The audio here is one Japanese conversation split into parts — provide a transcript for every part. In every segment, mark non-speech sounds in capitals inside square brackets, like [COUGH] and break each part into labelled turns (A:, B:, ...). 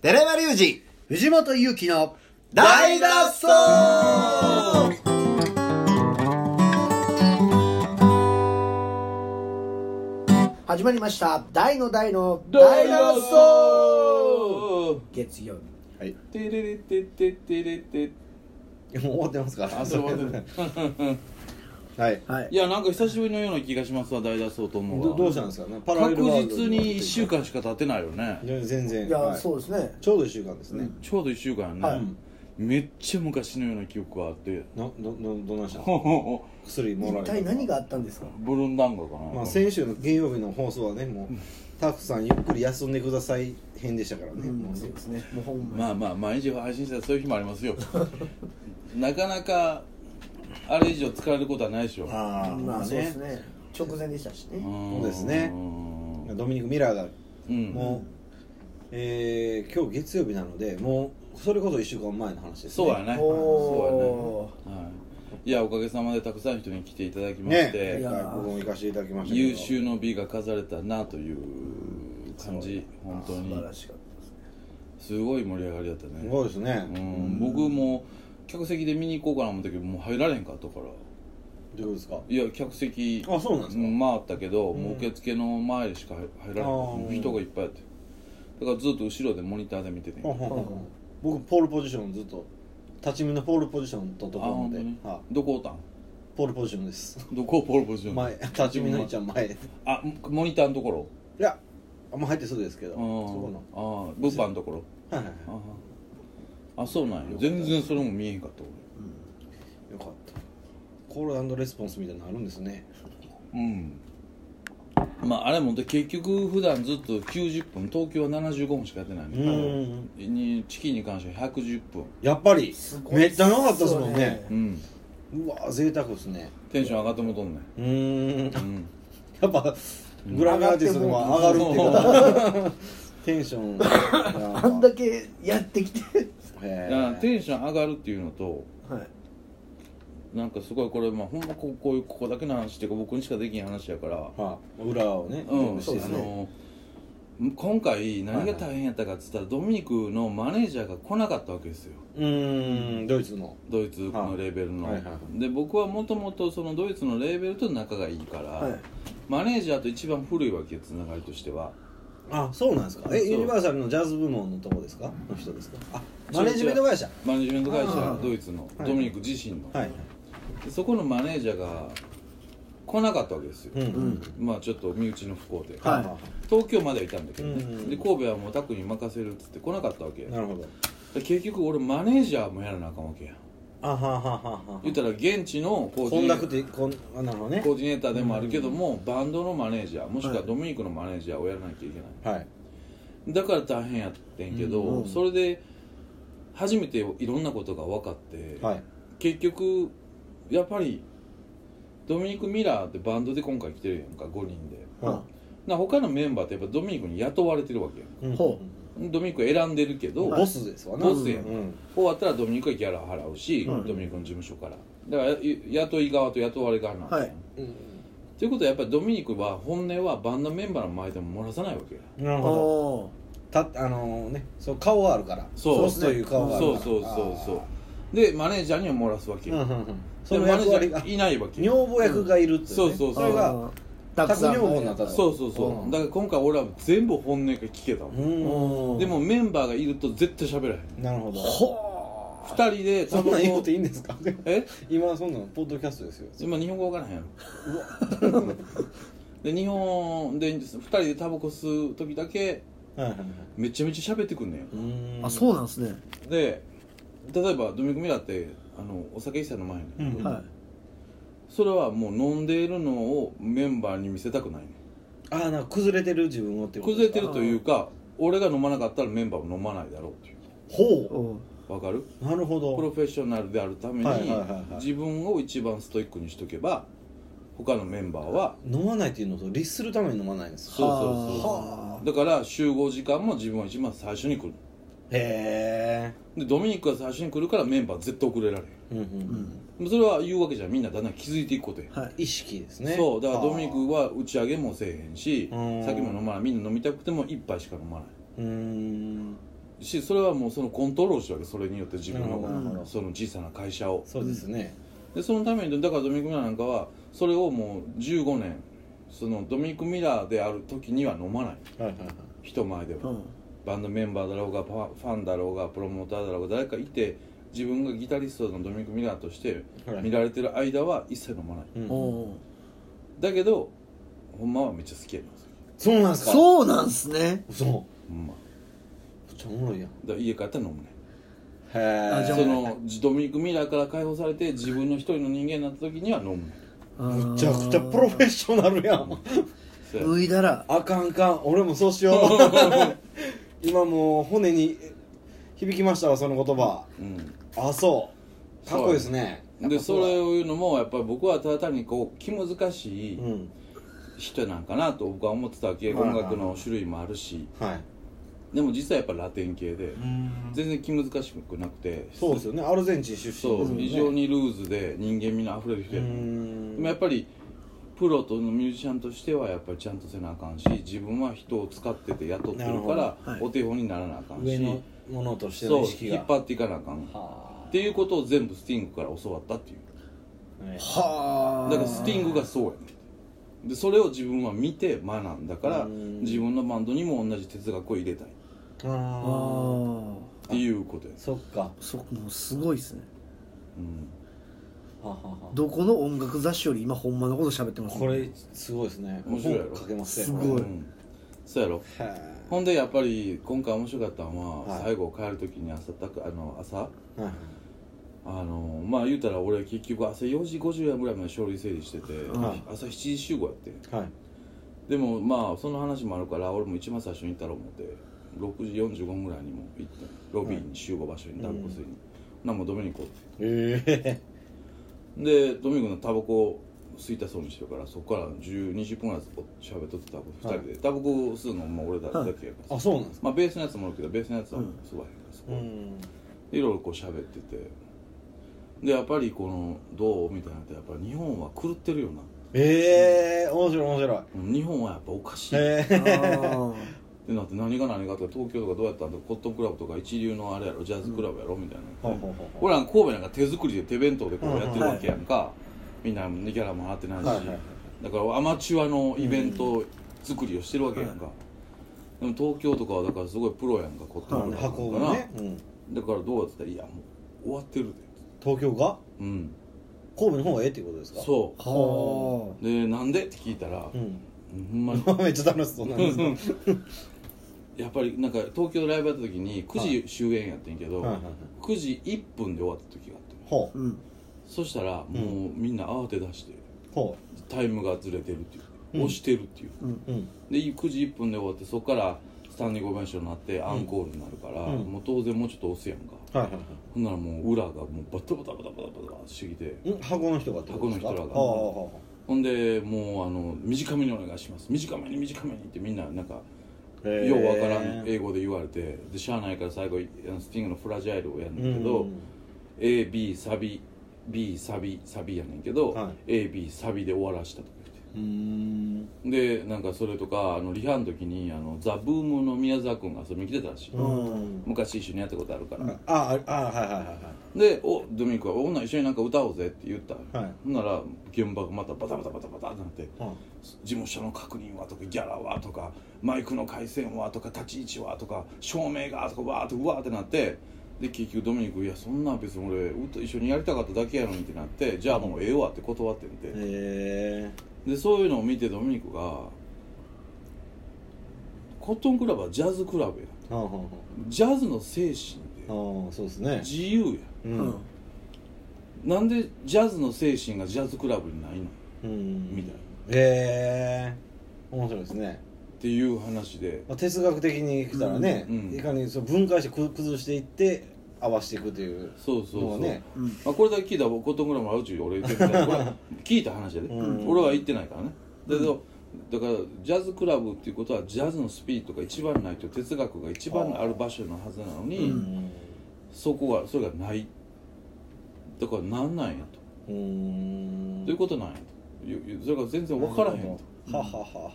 A: 寺山隆二
B: 藤本勇樹の
A: 大脱走
B: 始まりました大の大の脱
C: 大脱
B: 走
C: 走
B: 月曜日
A: はい
C: てれれてててれて
A: えもう終わってますから
C: あそう終わっ
A: [LAUGHS] はい
B: はい
C: いやなんか久しぶりのような気がしますわ大脱走と思う
A: ど
C: わ
A: どうしたんですかねパ
C: 確
A: ワールド
C: 実に1週間しか経ってないよね
A: 全然
B: いや、
A: はい
B: そうですね
A: ちょうど1週間ですね
C: ちょうど1週間やね、
B: はい
C: めっちゃ昔のような記憶があって
A: などどどうなんした
C: ほ
A: の
C: ほほ
A: 薬もら
B: 一
A: れた
B: 体何があったんですか
C: ブルンダンゴかな、
A: まあ先週の金曜日の放送はねもうタフさんゆっくり休んでください編でしたから
B: う
A: ねも
B: ん
A: う
B: そうですねもうほんま
C: まあまあ毎日配信したらそういう日もありますよなかなかあれ以上疲れることはないでしょ
A: あー
B: にまあそうですね直前でしたしね
C: そう
A: ですねドミニク・ミラーが
C: うん
A: もう、えー今日月曜日なのでもうそれこそ1週間前の話ですね
C: そうやねそう
B: お
C: やね、はい、いやおかげさまでたくさんの人に来ていただきまして、
A: ね
B: いやー
A: 僕も行かせていただきましたけど
C: 優秀の美が飾れたなという感じ本当
B: 素晴
C: に
B: らしかったですね
C: すごい盛り上がりだった
A: す
C: ね
A: ごいですね、
C: うん僕も客席で見に行こうかな思ったけどもう入られへんかったから
A: どういうこと
C: いや客席
A: ですかあそうなんですか、
C: うん回ったけど、もう
A: うん
C: 受付の前でしか入入ら
A: あ
C: れな
A: ー
C: い人がいっぱいやってだからずっと後ろでモニターで見てて
A: ほん
C: あ
A: ほんほんほん僕ポールポジションずっと立ち見のポールポジションとところ
C: 本
A: で
C: 当に
A: は
C: どこおったん
A: いポールポジションです
C: どこポールポジション
A: 前立ち見のいちゃん前い
C: あモニターのところ
A: やあんま入ってすぐですけど
C: あ
A: そ
C: ー
A: この
C: あー物販のところ
A: はいはいは
C: あーあそうなんよ全然それも見えへんかった俺
A: いよかったコールレスポンスみたいなのあるんですね
C: うんまああれもで結局普段ずっと90分東京は75分しかやってないね
A: うん
C: にチキンに関しては110分
A: やっぱり
B: すごい
A: めっちゃ良かったですもんね
C: うん
A: うわ贅沢ですね
C: テンション上がってもとんねん
A: うーん
C: うん
A: やっぱグラミーアーティストでも上がるっていうか [LAUGHS] テンション [LAUGHS]
B: あんだけやってき [LAUGHS] て
A: へ
C: だ
A: ー
C: からテンション上がるっていうのと
B: はい
C: なんかすごいこれまあほんまこうこういうここだけの話っていうか僕にしかできん話やから
A: はい裏をね
C: うん
A: して
C: あ
A: ね
C: の今回何が大変やったかっつったらドミニクのマネージャーが来なかったわけですよ
A: うーんドイツの
C: ドイツのレーベルの、
A: はいはいはい
C: で僕はもともとそのドイツのレーベルと仲がいいから、
B: はい
C: マネージャーと一番古いわけつながりとしては
A: あそうなんですかえ
C: そう
A: ユニバーサルのジャズ部門のとこですかの人ですかあマネージメント会社
C: マネジメント会
B: あ
C: 社
B: あ
C: ドイツの
A: はい
C: ドミニク自身の、
A: はい
C: でそこのマネージャーが来なかったわけですよ、
A: うんうん
C: まあちょっと身内の不幸で、
A: は
C: 東京まではいたんだけどね、
A: うんうん
C: で神戸はもうタクに任せるっつって来なかったわけ
A: いなるほど
C: で結局俺マネージャーもやらなあかんわけや
A: あはははは
C: 言ったら現地のコーディ
A: こん
C: ネ
A: な
C: ー
A: くてこんあなるほどね
C: コーディネーターでもあるけども、バンドのマネージャーもしくはドミニクのマネージャーをやらなきゃいけない、
A: はい
C: だから大変やってんけど、
B: うん
C: それで初めていろんなことが分かって、
A: はい
C: 結局やっぱりドミニク・ミラーってバンドで今回来てるやんか5人で
B: は
C: な他のメンバーってやっぱドミニクに雇われてるわけや
A: うん
B: ほ
C: んドミニク選んでるけど、
A: ボスですわね
C: ボスやん
A: うん
C: 終わったらドミニクはギャラ払うし、
B: うん
C: ドミニクの事務所からだからゆ雇い側と雇われ側なんだよ
B: はい
A: うん
C: ということはやっぱりドミニクは本音はバンドメンバーの前でも漏らさないわけや
A: なる
B: あ
A: ほど
B: ー
A: たあのねそう顔があるから
C: そう
A: ボスという顔がある
C: そ
A: か
C: う
A: ら
C: そうそうそうでマネージャーには漏らすわけ
A: う
C: よ、
A: んうんうんそ
C: で
A: の
C: マネー
A: 役
C: ジャ
A: 割が
C: ーいないわけよ
A: 女房役がいるっていね
C: そうそうそう
A: れが
B: あーたくさん
A: 宅女房になったと
C: そうそうそう、
A: うん
C: だから今回俺は全部本音が聞けたわ
A: うーん
C: でもメンバーがいると絶対喋らへん
A: なるほど
B: ほー
C: 二人で
A: そんなん言うて
C: い
A: いいんですか
C: え
A: 今そんなんポッドキャストですよ
C: 今日本語わからへんやろで日本で二人でタバコ吸う時だけ
A: はいはいはい
C: めちゃめちゃ喋ってくんね
A: うーん
B: あそうなんですね
C: んで例えばドミニクミラーってあのお酒一切飲まへんねんけど、
A: うん
B: はい
C: それはもう飲んでいるのをメンバーに見せたくないねん
A: あーなんか崩れてる自分をってこと
C: 崩
A: です
C: れてるというか俺が飲まなかったらメンバーも飲まないだろうってい
A: ほ
B: おう
C: うわかる
A: うなるほど
C: プロフェッショナルであるため
A: はいはい
C: に
A: はいはい
C: 自分を一番ストイックにしとけば他のメンバーは
A: 飲まないっていうのと律するために飲まないんです
C: そうそう
B: は
C: そうだから集合時間も自分は一番最初に来る
A: へ
C: でドミニクが最初に来るからメンバー絶対遅れられへ
A: え、うんうんうん、
C: んそれは言うわけじゃんみんなだんだん気づいていくことや、
B: はい
A: 意識ですね
C: そうだからドミニクは打ち上げもせえへんし
A: うん
C: 酒も飲まないみんな飲みたくても一杯しか飲まないう
A: ーん
C: しそれはもうそのコントロールしてるわけそれによって自分
A: なるほどなるほ
C: の
A: ど
C: その小さな会社を
A: そうですね、
C: でそのためにだからドミニク・ミラーなんかはそれをもう15年そのドミニク・ミラーである時には飲まない
A: はいはいはい
C: 人前では、
B: うん
C: バンドメンバーだろうがファファンだろうがプロモーターだろうが誰かいて自分がギタリストのドミニク・ミラーとして
A: はい
C: 見られてる間は一切飲まない、
A: うん
B: おー
C: だけどほんまはめっちゃ好きやねん
A: そうなんすかう
B: そうなんすね
A: そうめ
C: ほんま
A: っちゃおもろいやん
C: だから家帰ったら飲むねん
A: へ
B: あじゃあ
A: え
C: そのドミニク・ミラーから解放されて自分の一人の人間になった時には飲むね
A: むちゃくちゃプロフェッショナルやん
C: そうや
B: 脱いだら
A: あかんあかん俺もそうしよう
C: [LAUGHS]
A: 今もう骨に響きましたわその言葉
C: うん
A: あそうかっこいいですね
C: でそれ
A: を
C: を言うのもやっぱり僕はただ単にこう気難しい
A: うん
C: 人なんかなと僕は思ってたわけ
A: はいはい
C: 音楽の種類もあるし
A: はい
C: でも実はやっぱラテン系で全然気難しくなくて
A: そうですよねアルゼンチン出身です
C: そう
A: もんね
C: 非常にルーズで人間味の溢れる
A: う
C: 人
A: ー
C: やでもや
A: ん
C: っぱりプロとのミュージシャンとしてはやっぱりちゃんとせなあかんし自分は人を使ってて雇ってるから
B: ほどはい
C: お手本にならなあかんし、
A: 上のものとして
C: そ
A: の
C: う
A: 意識が
C: 引っ張っていかなあかん
A: はあ
C: っていうことを全部スティングから教わったっていう
A: ね
B: はあ
C: だからスティングがそうやねんでそれを自分は見て学んだから
A: うん
C: 自分のバンドにも同じ哲学を入れたいっ
A: あ
B: あー
A: ー
C: ていうことや、
A: そっかは
B: そもうすごいですね
C: うん、
A: あはあはあ
B: どこの音楽雑誌より今ほんまのこと喋ってますね
A: これすごいですね
C: 面白いやろ
A: 本書けますね
B: すごい
A: こ
C: う
A: れ
C: ん、そうやろ
A: へ
C: ほんでやっぱり今回面白かったのは、
A: はい
C: 最後帰る時に朝たくあの朝
A: えはい
C: あのまあ言うたら俺結局朝4時50分ぐらいまで書類整理してて、
A: はい
C: 朝7時集合やって
A: はい
C: でもまあその話もあるから俺も一番最初に行ったろう思って6時45分ぐらいにも行ってロビーに集合場所にタバコ吸いに、なんもドミニコって
A: ええ
C: でドミニコのタバコ吸いたそうにしてるからそこから10 20分ぐらい喋っとってたこと2人で、タバコ吸うのも俺だだけやから、
A: あそうなんですか
C: まあベースのやつもあるけどベースのやつはもう吸わへんからそこ
A: う
C: は、
A: ん
C: いろいろこう喋っててでやっぱりこの「どう?」みたいなのってやっぱり日本は狂ってるよな
A: ええ面白い面白い
C: うん日本はやっぱおかしいっ
A: へ
B: あ
A: え
B: ー
C: てなって何が何がとか東京とかどうやったんだコットンクラブとか一流のあれやろジャズクラブやろみたいな、
A: ほうほうほうほう
C: 俺ら神戸なんか手作りで手弁当でこうやってるわけやんか、みんなギャラも払ってないし、
A: はいはいはい
C: だからアマチュアのイベント作りをしてるわけやんか、でも東京とかはだからすごいプロやんかコットンクラブ
A: 箱
C: とかな、
A: がね、うん、
C: だからどうやってたらいやもう終わってるで
A: 東京が
C: うん
A: 神戸の方がええっていうことですかう、
C: そう
B: は
C: でなんでって聞いたら、
A: うん、 [LAUGHS]
C: ほんまに
A: めっちゃ楽しそうなんですけど
C: やっぱりなんか東京でライブやった時に9時終演やってんけど、
A: はいはいはい
C: 9時1分で終わった時があって
A: ほ
B: あ
A: う
B: うん
C: そしたらもうみんな慌て出して
A: ほ
C: タイムがずれてるっていう、
A: うん
C: 押してるっていう
B: うん
A: ううん
C: で9時1分で終わってそこからスタンディングオベーションになってアンコールになるから、
A: うん
C: もう当然もうちょっと押すやんか
A: はいはいは
C: ほんならもう裏がもうバタバタバタバタバタしてきて
A: いん箱の人がってことですか
C: 箱の人らが
A: はあはあは
C: ほんでもうあの短めにお願いします短めに短めにってみんななんか
A: あへえ
C: ようわからん英語で言われてでしゃあないから最後あのスティングの「フラジャイル」をやるんだけど、
A: うん
C: AB サビ B サビサビやねんけど、
A: は
C: AB サビで終わらしたとか
A: うーん
C: 言ってでなんかそれとかあのリハの時にあのザ・ブームの宮沢君が遊びに来てたらしい、
A: うん
C: 昔一緒にやったことあるから、
A: あああはいはいはい
C: で「おドミニクは女一緒になんか歌おうぜ」って言ったの、
A: はい
C: ほんなら現場がまたバタバタバタバタってなって
A: はい
C: 事務所の確認はとかギャラはとかマイクの回線はとか立ち位置はとか照明がとかわーってうわーってなってで結局ドミニク「いやそんなん別に俺うと一緒にやりたかっただけやのに」ってなって「じゃあもうええわ」って断ってんて
A: へえ
C: でそういうのを見てドミニクが「コットンクラブはジャズクラブや
A: はあはあは
C: ジャズの精神
A: あ
C: で
A: はあそうですね
C: 自由や
B: う
A: う
B: ん
A: ん
C: なんでジャズの精神がジャズクラブにないの?」
A: うん
C: みたいな
A: へえ面白いですね
C: っていう話で
A: まあ、哲学的に来たらね、
C: うんうん
A: いかにその分解してく崩していって合わせていくという
C: そうそう
A: の
C: そ
A: は
C: う、
A: ね
B: うん
C: まあ、これだけ聞いたらコットングラムあるち俺言ってみたいこ
A: [LAUGHS]
C: れ聞いた話やで、
A: うん
C: 俺は言ってないからねだけどだからジャズクラブっていうことはジャズのスピードが一番ないと哲学が一番ある場所のはずなのに、
A: うん
C: そこがそれがないだからなんなんやと、
A: うーん
C: どういうことなんやといういうそれが全然分からへんと、
A: ははははは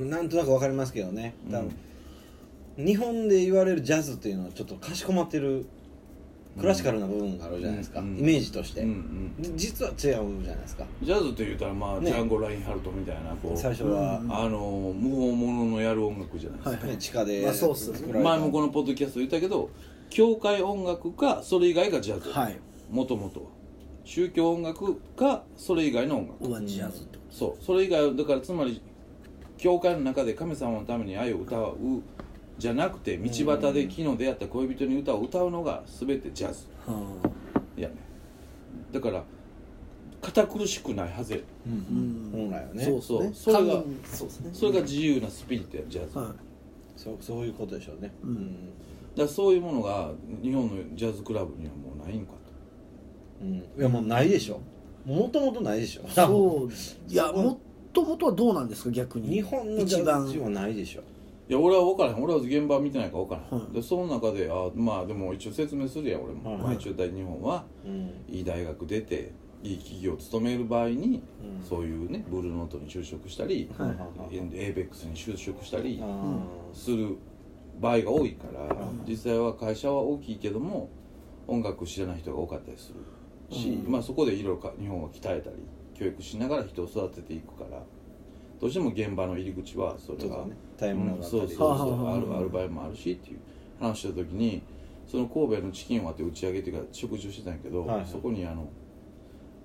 A: ななんとなくわかりますけどね、多分
C: うん
A: 日本で言われるジャズっていうのはちょっとかしこまってるクラシカルな部分があるじゃないですか、
C: うん
A: イメージとして、
C: うんうん
A: で実は違うじゃないですか
C: ジャズって言ったらまあ、
A: ね
C: ジャンゴ・ラインハルトみたいなこう
A: 最初は、
B: うん
A: ね
C: あの無法者のやる音楽じゃないですか、
B: はいはい
A: 地下で
B: まあそうっすよね
A: 作られた
C: 前もこのポッドキャストで言ったけど教会音楽かそれ以外がジャズ
B: はい
C: もともとは宗教音楽かそれ以外の音楽
B: うわジャズってこ
C: そうそれ以外だからつまり教会の中で神様のために愛を歌うじゃなくて道端で昨日出会った恋人に歌を歌うのが全てジャズ
B: とはあ
C: いやねだから堅苦しくないはずや
B: うん
A: 本来はね
B: そうそう
C: ね
B: それ
C: 多
B: が
C: 分
B: そうですね
C: それが自由なスピリットやジャズだか
B: は
A: そうそういうことでしょうね、
B: うん
C: らそういうものが日本のジャズクラブにはもうないんかと
A: うんいやもうないでしょもともとないでしょ
B: い
A: 多分
B: そういやもっともとはどうなんですか逆に
A: 日本の
B: 一
A: ジャズ
B: 番
A: 地はないでしょ
C: いや俺は分からへん俺は現場見てないから分からへん、
B: はい
C: でその中であまあでも一応説明するやん俺も、
A: はい
C: まあ、一応大日本は
A: うん
C: いい大学出ていい企業を勤める場合に、
A: うん
C: そういうねブルーノートに就職したり、
B: はい
C: エンエイベックスに就職したり
A: あー
C: する場合が多いから、
A: うん
C: 実際は会社は大きいけども音楽知らない人が多かったりするし、
A: うん
C: まあ、そこでいろいろか日本は鍛えたり教育しながら人を育てていくからどうしても現場の入り口はそ
A: ち
C: れ
A: ょっ
C: が
A: とねタイムラ
C: うん
A: グがあっ
C: そ
A: たり
C: うそうそ
B: はあは
C: う
B: あは
C: あ
B: あ
C: るある場合もあるしっていう話した時にその神戸のチキンをって打ち上げっていうか食事をしてたんやけど、
A: はいはい
C: そこにあの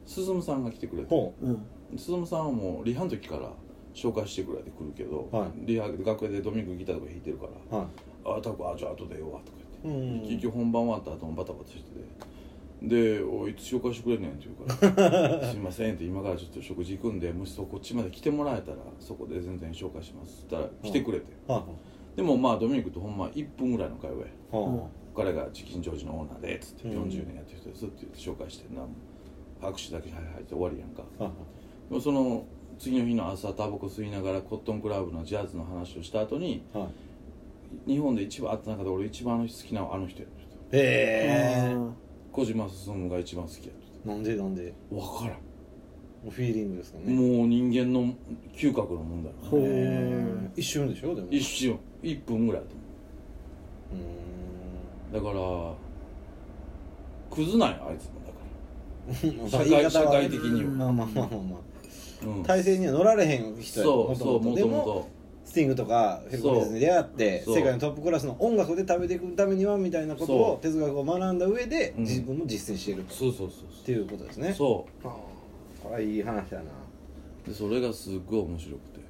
C: 進さんが来てくれて
A: ほ
B: うん
C: 進さんはもうリハの時から紹介してくれて来るけど、
A: はい
C: リハ楽屋でドミニクギターとか弾いてるから
A: うは
C: 「ああタコあじゃあ後でええわ」とか
A: い、う
C: 言って、
A: ん
C: 結局本番終わった後もバタバタしててで「おいいつ紹介してくれんねん」って言うから「
A: [LAUGHS]
C: すいません」って「今からちょっと食事行くんでもしそここっちまで来てもらえたらそこで全然紹介します」って言ったら来てくれて。
A: は
C: でもまあドミニクとほんま1分ぐらいの会話や
A: いは
B: うん
C: 彼がチキンジョージのオーナーでっつって
A: うん
C: 40年やってる人ですって紹介してな拍手だけはいはいって終わりやんか
A: あは
C: でもその次の日の朝タバコ吸いながらコットンクラブのジャズの話をした後に
A: あはい
C: 日本で一番会った中で俺一番好きなのはあの人やって言って
A: へ
C: 小島進が一番好きやって
A: えなんでなんで
C: 言って分からん
A: もうフィーリングですかね
C: もう人間の嗅覚の問題
B: ほう
A: へえ一瞬でしょでも
C: 一瞬1分ぐらいだと
A: うーん
C: 思うだからクズなんやあいつもだか社会
A: 言い方は
C: 社会的に
B: は
A: まあまあまあまあま
C: らうん
A: あ体制には乗られへん人や
C: そうそうも
A: で
C: と
A: も
C: もと
A: スティングとかフェルコ・ペレスに出会って
C: そう
A: 世界のトップクラスの音楽で食べていくためにはみたいなこと
C: そ
A: を
C: う
A: 哲学を学んだ上で
C: うん
A: 自分も実践していると
C: そうそうそう
A: っ
C: そ
A: ていうことですね
C: うそ
A: ああこれはいい話だな
C: うでそれがすっごい面白くて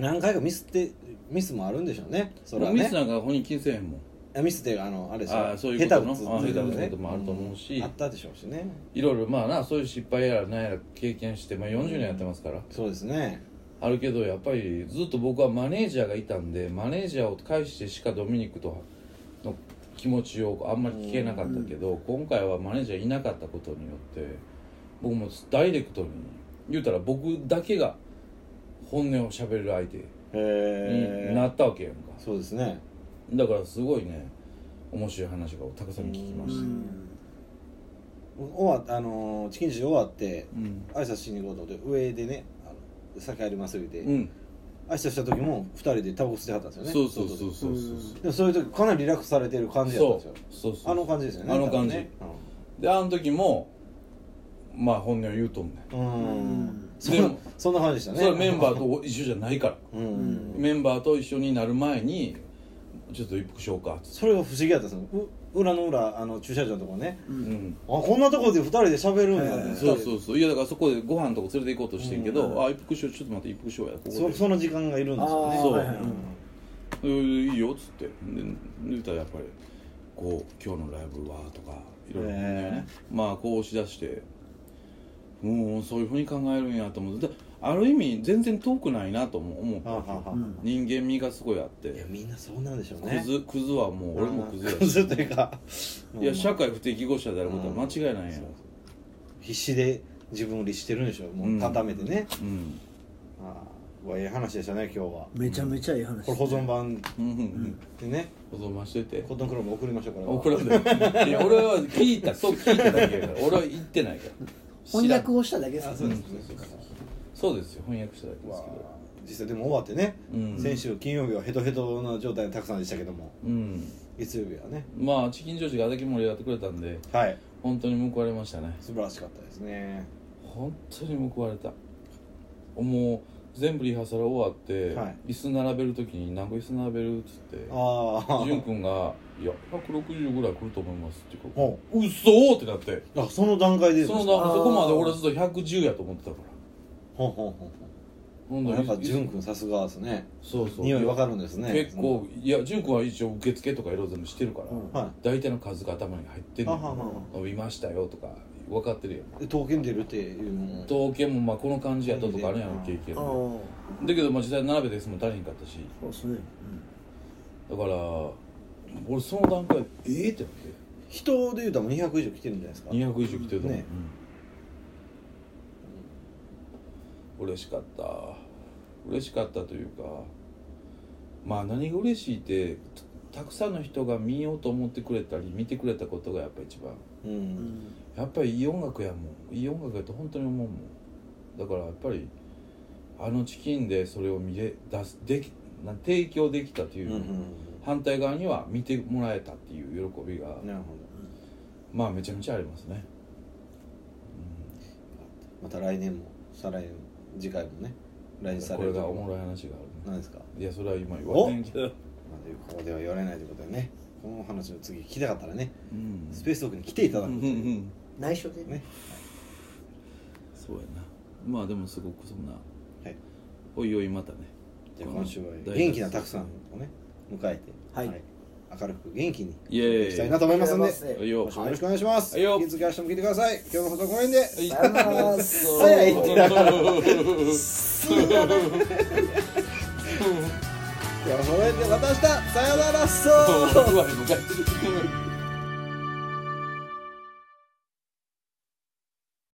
A: 何回かミスってミスもあるんでしょうねそれは
C: ミス
A: ね
C: なんか本人気にせえへんもん
A: あミスっていうかあのあれです
C: あ
A: よ
C: あそういうことの
A: 下手打つってい
C: あ
A: う
C: 下手打つこともあると思うし
A: んあったでしょうしね
C: いろいろまあなそういう失敗やら何やら経験して、まあ、40年やってますから、
A: そうですね
C: あるけどやっぱりずっと僕はマネージャーがいたんでマネージャーを介してしかドミニクとの気持ちをあんまり聞けなかったけど、今回はマネージャーいなかったことによって僕もダイレクトに言うたら僕だけが本音をしゃべる相手
A: へ
C: にな
A: え
C: ったわけやんか、
A: そうですね
C: だからすごいね面白い話がたくさん聞きました
A: 終わあのーチキンジ終わって
C: うん、
A: 挨拶しに行こうと思って上でねあの酒あります言うて
C: う
A: 挨
C: ん、
A: 拶した時も二人でタバコ吸ってはったんですよね
C: そうそうそうそうそう
B: うん
A: でもそういう時かなりリラックスされてる感じだったんですよ
C: そうそうそう
A: あの感じですよね
C: あの感じ
A: 多分ね
C: であの時もまあ本音を言うとんねん、
A: うんう
B: うんん
A: そん
C: で
A: な
C: も
A: そんな感じで
C: そ
A: した
C: れ
A: ね
C: はメンバーと一緒じゃないから
A: うん
C: メンバーと一緒になる前にちょっと一服しようかっつって
A: それが不思議やったんですよう裏の裏あの駐車場のとこね
B: う
C: うんん
A: あこんなとこで二人で喋るんやって
B: へー
C: そう
A: う
C: そうそういやだからそこでご飯とか連れて行こうとしてんけど、
A: うん
C: あ一服しようちょっと待って一服しようやここで
A: そその時間がいるんですよね
B: あー
C: そう
B: はいはい
A: うん
C: えーいいよっつってで言うたらやっぱりこう今日のライブはとかいろいろ本音をね
A: へ
C: まあこう押し出してもうそういうふうに考えるんやと思ってである意味全然遠くないなとも思う
A: はあはあは
B: うん
C: 人間味がすごいあっ
A: あいや
C: て
A: みんなそうなんでしょう
C: ク
A: ね
C: ズクズはもう俺もクズや
A: ク
C: し
A: ズというか
C: いや社会不適合者であることは間違いないや
A: うん必死で自分を律してるんでしょうもう固めてね、
C: うん
A: ああうわええ話でしたね今日はこ
B: めちゃめちゃいい話
A: れ保存版
C: うん
A: でね
C: 保存ましといて
A: コットンクラブ送りましょうから
C: 送らんでいや俺は聞いたそう聞いただけやから俺は言ってないから
B: 翻
C: 知らん
B: 訳をしただけです
A: あ
B: か
A: そう
B: ら
A: で
B: ね
A: すね
C: そうですよ翻訳しただけ
A: う
C: で
A: わ
C: すけど
A: あ実際でも終わってね、
C: うん
A: 先週金曜日はヘトヘトな状態のたくさんでしたけども
C: うん
A: 月曜日はね
C: まあチキンジョージがあれだけ盛り上がってくれたんで
A: はい
C: 本当に報われましたね
A: 素晴らしかったですね
C: 本当に報われたもう全部リハーサル終わって、
A: はい
C: 椅子並べる時に何個椅子並べるっつって
A: ああ
C: 潤君が「いや160ぐらい来ると思います」って言うから
A: ほ
C: 「うっそ!」ってなって
A: うあその段階でです
C: そ
A: か
C: の
B: あー
C: そこまで俺ずっと110やと思ってたから
A: ほんほんほん
C: ほん
A: ほん
C: で
A: やっぱ潤くんさすがですね
C: そうそう
A: 匂いわかるんですね
C: 結構いや純子は一応受付とかいろいろ全部してるから、
B: うん
A: は
C: 大体の数が頭に入ってる
A: あはは
C: 伸びましたよとか分かってるやん
A: い統計に出るっていうのも
C: 統計もまあこの感じやったとかあるやん
A: うん
C: 経験
B: ああ
C: でだけどまあ実際並べてすも足りんかったし
B: そうですね、
C: だから俺その段階ええってなっ
A: 人でいうともう200以上来てるんじゃないですか
C: て200以上来てると思う、
A: ね
C: うん、嬉しかった嬉しかったというかまあ何が嬉しいってたたくさんの人が見ようと思ってくれたり見てくれたことがやっぱ一番
A: う
B: うんん
C: やっぱりいい音楽やもんいい音楽やと本当に思うもんだからやっぱりあのチキンでそれを見れ出すできな提供できたと
A: う
C: い
A: ん
C: う、
A: うん
C: 反対側には見てもらえたっていう喜びが、
A: なるほど
C: まあめちゃめちゃありますね、
A: また来年も再来年も次回もね来
C: うん
A: 年再
C: こ
A: 来
C: れ
A: 年
C: がお
A: も
C: もろい話があるね
A: 何ですか
C: いやそれは今言わないけど、
A: まあ、ここでは言われないということでねこの話の次聞きたかったらね
C: うん、
A: スペーストークに来ていただ
C: う
A: く
C: ん
A: と
C: う
A: いうん
B: 内緒でね
A: ね
C: そうやなまあでもすごくそんな、
A: はい
C: おいおいまたね
A: じゃあ今週は
C: 大
A: 元気なたくさんをね迎えて、
B: はい
A: 明るく元気に
C: イエーイ
A: いきたいなと思いますんで
B: ありがとうございま
C: お
B: す
C: いよ
A: [LAUGHS] 今週もよろしくお願いします、
C: はいよ
A: 引き続き明日も聞いてください今日の放送はこの辺で
C: はい
B: ありがとうございます
A: 早いってだから今日の放送はこの辺でまた明日さようならそう
C: そう具合向かってる